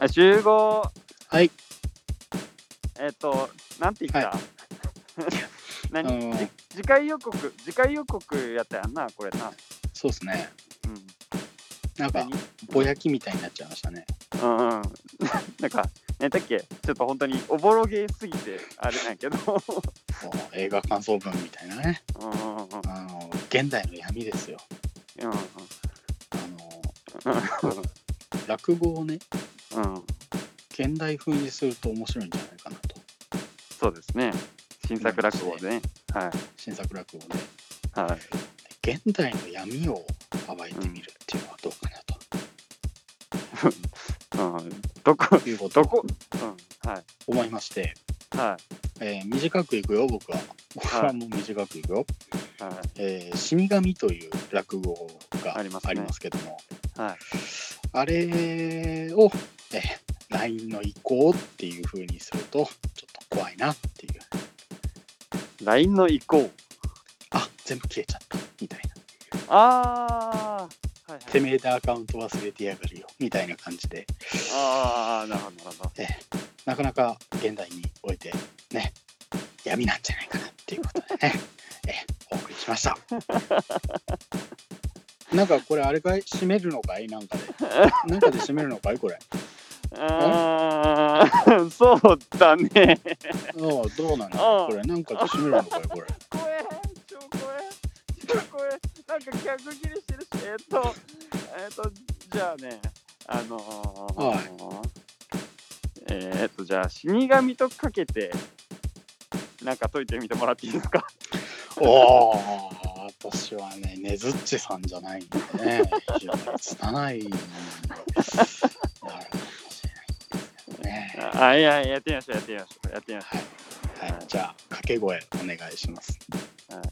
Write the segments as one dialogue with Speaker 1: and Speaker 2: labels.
Speaker 1: あ集合、
Speaker 2: はい。
Speaker 1: えっ、と、なんて言った、
Speaker 2: はあ
Speaker 1: 何、
Speaker 2: のー
Speaker 1: じ次回予告、次回予告やったやんな、これな。
Speaker 2: そうですね。
Speaker 1: うん。
Speaker 2: なんか、ぼやきみたいになっちゃいましたね。
Speaker 1: うんうん。 なんか、ね、だっけ、ちょっと本当におぼろげすぎて、あれなんやけど。
Speaker 2: こう映画感想文みたいなね。
Speaker 1: うんうんうん。
Speaker 2: あのー現代の闇ですよ。
Speaker 1: う
Speaker 2: あの
Speaker 1: ん
Speaker 2: ー落語をね、
Speaker 1: うん。うん。
Speaker 2: 現代風にすると面白いんじゃないかなと。
Speaker 1: そうですね。新作落語でね。はい。
Speaker 2: 新作落語
Speaker 1: はい。
Speaker 2: で。現代の闇を暴いてみるっていうのはどうかな
Speaker 1: う
Speaker 2: と。
Speaker 1: ん。どこ、
Speaker 2: いうこと
Speaker 1: ど
Speaker 2: を
Speaker 1: こ、うん。はい。
Speaker 2: 思いまして、
Speaker 1: は
Speaker 2: えー短くいくよ、僕は。僕はもう短くいく
Speaker 1: い。
Speaker 2: よ。
Speaker 1: はい。
Speaker 2: えー死神という落語が
Speaker 1: あ
Speaker 2: あ
Speaker 1: り
Speaker 2: り
Speaker 1: ま
Speaker 2: ます
Speaker 1: ね
Speaker 2: すけども、
Speaker 1: はい。
Speaker 2: あれを、えー LINE の移行っていう風にすると、ちょっと怖いなっていう。
Speaker 1: LINE の移行。
Speaker 2: あ、全部消えちゃった、みたいな。
Speaker 1: あー。はいは
Speaker 2: て
Speaker 1: い、
Speaker 2: めえでアカウント忘れてやがるよ、みたいな感じで、
Speaker 1: あー、なるほど、なるほど。
Speaker 2: なかなか現代において、ね、闇なんじゃないかなっていうこと でね、えーお送りしました。 なんかこれあれかい閉めるのかいなんかで。なんかで閉めるのかいこれ。
Speaker 1: あー、そうだね。
Speaker 2: おうどうな
Speaker 1: ああ
Speaker 2: のこれなんか閉めるのかよこれ
Speaker 1: 怖え、超怖え、超怖え、なんか逆切れしてるし、えーっ、と、えーっ、と、じゃあね、あのー、
Speaker 2: はい
Speaker 1: えーっ、と、じゃあ、死神とかけて、なんか解いてみてもらっていいですか。
Speaker 2: おー私はねねずっちさんじゃないんでね非常につたないものになるかもしれないんですけどね
Speaker 1: あ、いや、やってみましょう、やってみましょう、やってみまし
Speaker 2: はい、はい、じゃあ掛け声お願いします
Speaker 1: ょう。はい、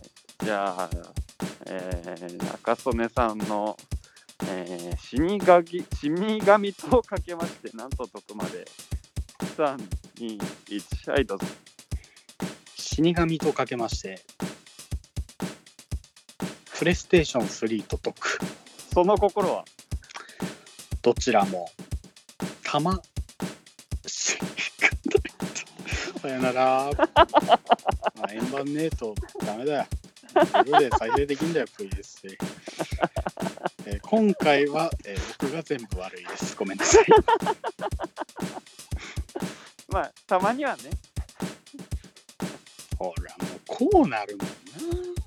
Speaker 1: じゃあ、えー、中曽根さんの、えー、死神死神とかけまして、なんと解くまで、3、2、1、はい、どうぞ。
Speaker 2: 死神とかけましてプレイステーション3と解く
Speaker 1: その心は
Speaker 2: どちらもたま死神さよなら、まあ、円盤ねえとダメだよ色で再生できんだよ VS で、えー今回は、えー僕が全部悪いですごめんなさい
Speaker 1: まあたまにはね
Speaker 2: ほらもうこうなるもんな